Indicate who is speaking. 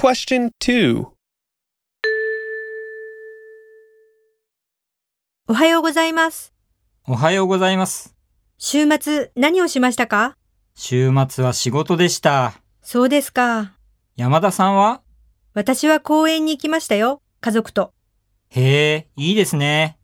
Speaker 1: Question 2.
Speaker 2: おはようございます。
Speaker 3: おはようございます。
Speaker 2: 週末何をしましたか
Speaker 3: 週末は仕事でした。
Speaker 2: そうですか。
Speaker 3: 山田さんは
Speaker 2: 私は公園に行きましたよ。家族と。
Speaker 3: へえ、いいですね。